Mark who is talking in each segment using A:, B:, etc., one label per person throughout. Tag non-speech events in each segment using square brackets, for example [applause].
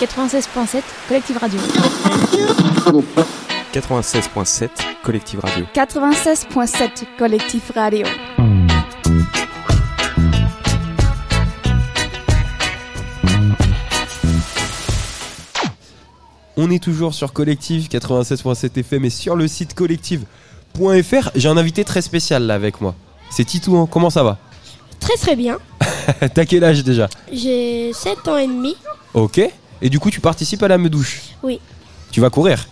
A: 96.7 Collective Radio.
B: 96.7 Collective Radio.
C: 96.7 Collectif Radio.
D: On est toujours sur Collective 96.7 FM et sur le site collective.fr. J'ai un invité très spécial là avec moi. C'est Titou, hein. comment ça va
E: Très très bien.
D: [laughs] T'as quel âge déjà
E: J'ai 7 ans et demi.
D: Ok. Et du coup, tu participes à la medouche
E: Oui.
D: Tu vas courir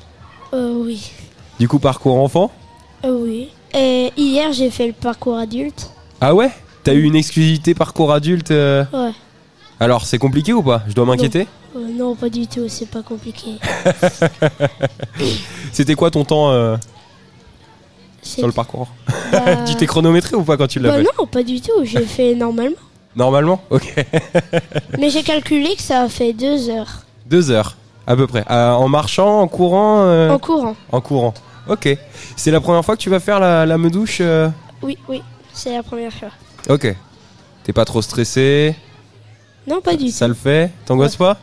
E: Euh, oui.
D: Du coup, parcours enfant
E: Euh, oui. Et hier, j'ai fait le parcours adulte.
D: Ah ouais T'as eu une exclusivité parcours adulte euh
E: Ouais.
D: Alors, c'est compliqué ou pas Je dois m'inquiéter
E: Euh, non, pas du tout, c'est pas compliqué.
D: C'était quoi ton temps euh,
E: C'est-
D: sur le parcours [laughs]
E: bah,
D: Tu t'es chronométré ou pas quand tu l'as
E: bah
D: fait
E: non, pas du tout, j'ai fait normalement.
D: Normalement Ok. [laughs]
E: Mais j'ai calculé que ça a fait deux heures
D: Deux heures, à peu près. Euh, en marchant, en courant euh,
E: en courant.
D: En courant. Ok. C'est la première fois que tu vas faire la, la medouche euh
E: Oui, oui, c'est la première fois.
D: Ok. T'es pas trop stressé
E: Non, pas du
D: Ça
E: tout.
D: le fait T'angoisses pas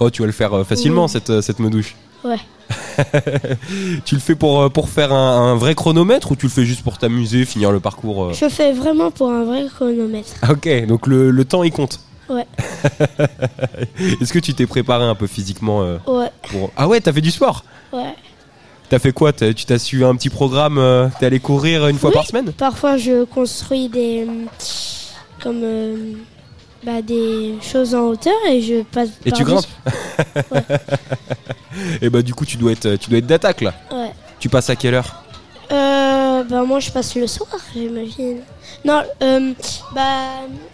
D: Oh, tu vas le faire euh, facilement,
E: Oui.
D: cette, euh, cette medouche.
E: Ouais.
D: [laughs] tu le fais pour, euh, pour faire un, un vrai chronomètre ou tu le fais juste pour t'amuser, finir le
E: [laughs]
D: parcours euh
E: Je fais vraiment pour un vrai chronomètre.
D: Ah, Ok, donc le, le temps, il compte.
E: Ouais.
D: [laughs] Est-ce que tu t'es préparé un peu physiquement euh,
E: Ouais,
D: pour... Ah ouais, t'as fait du sport
E: ouais.
D: T'as fait quoi T'as- Tu t'as suivi un petit programme euh, T'es allé courir une fois
E: Oui.
D: par semaine
E: Parfois, je construis des. hum, comme. euh, bah, des choses en hauteur et je passe.
D: Et tu
E: par-dessus.
D: grimpes [laughs] Et bah du coup, tu dois être, tu dois être d'attaque là.
E: Ouais.
D: Tu passes à quelle heure
E: Euh, bah moi je passe le soir, j'imagine. Non, euh, bah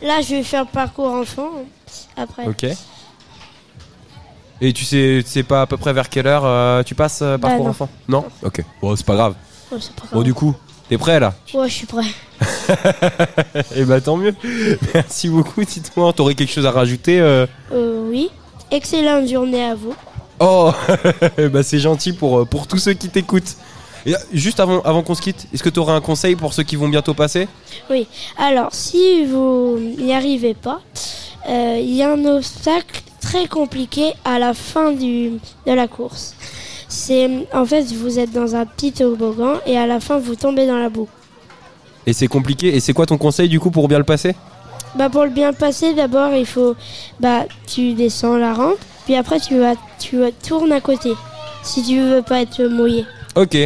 E: là je vais faire le parcours enfant hein, après.
D: Ok. Et tu sais, tu sais pas à peu près vers quelle heure euh, tu passes euh,
E: Bah,
D: parcours
E: non.
D: enfant Non Ok. Bon, c'est pas grave.
E: Ouais, c'est pas grave.
D: Bon, du coup, t'es prêt
E: [laughs]
D: là
E: Ouais, je suis prêt.
D: Et bah tant mieux. [laughs] Merci beaucoup, Titouan. T'aurais quelque chose à rajouter euh
E: Euh, oui. Excellente journée à vous.
D: Oh [laughs] Eh Bah c'est gentil pour, euh, pour tous ceux qui t'écoutent. Et, euh, Juste avant, avant qu'on se quitte, est-ce que t'aurais un conseil pour ceux qui vont bientôt passer
E: Alors, si vous n'y arrivez pas, euh, il y a un obstacle très compliqué à la fin du, de la course. C'est en fait vous êtes dans un petit toboggan et à la fin vous tombez dans la boue.
D: Et c'est compliqué. Et c'est quoi ton conseil du coup pour bien le passer
E: Bah pour le bien passer, d'abord il faut bah tu descends la rampe, puis après tu vas tu vas- tournes à côté si tu veux pas être mouillé.
D: Ok.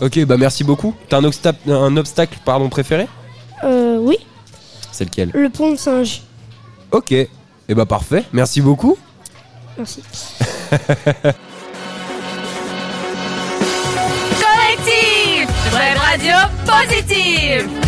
D: Ok, bah merci beaucoup. T'as un, obstacle un obstacle pardon, préféré
E: Euh oui,
D: C'est lequel
E: le pont de singe.
D: Ok. Et bah parfait. Merci beaucoup.
E: Merci.
F: Collectif Web Radio Positive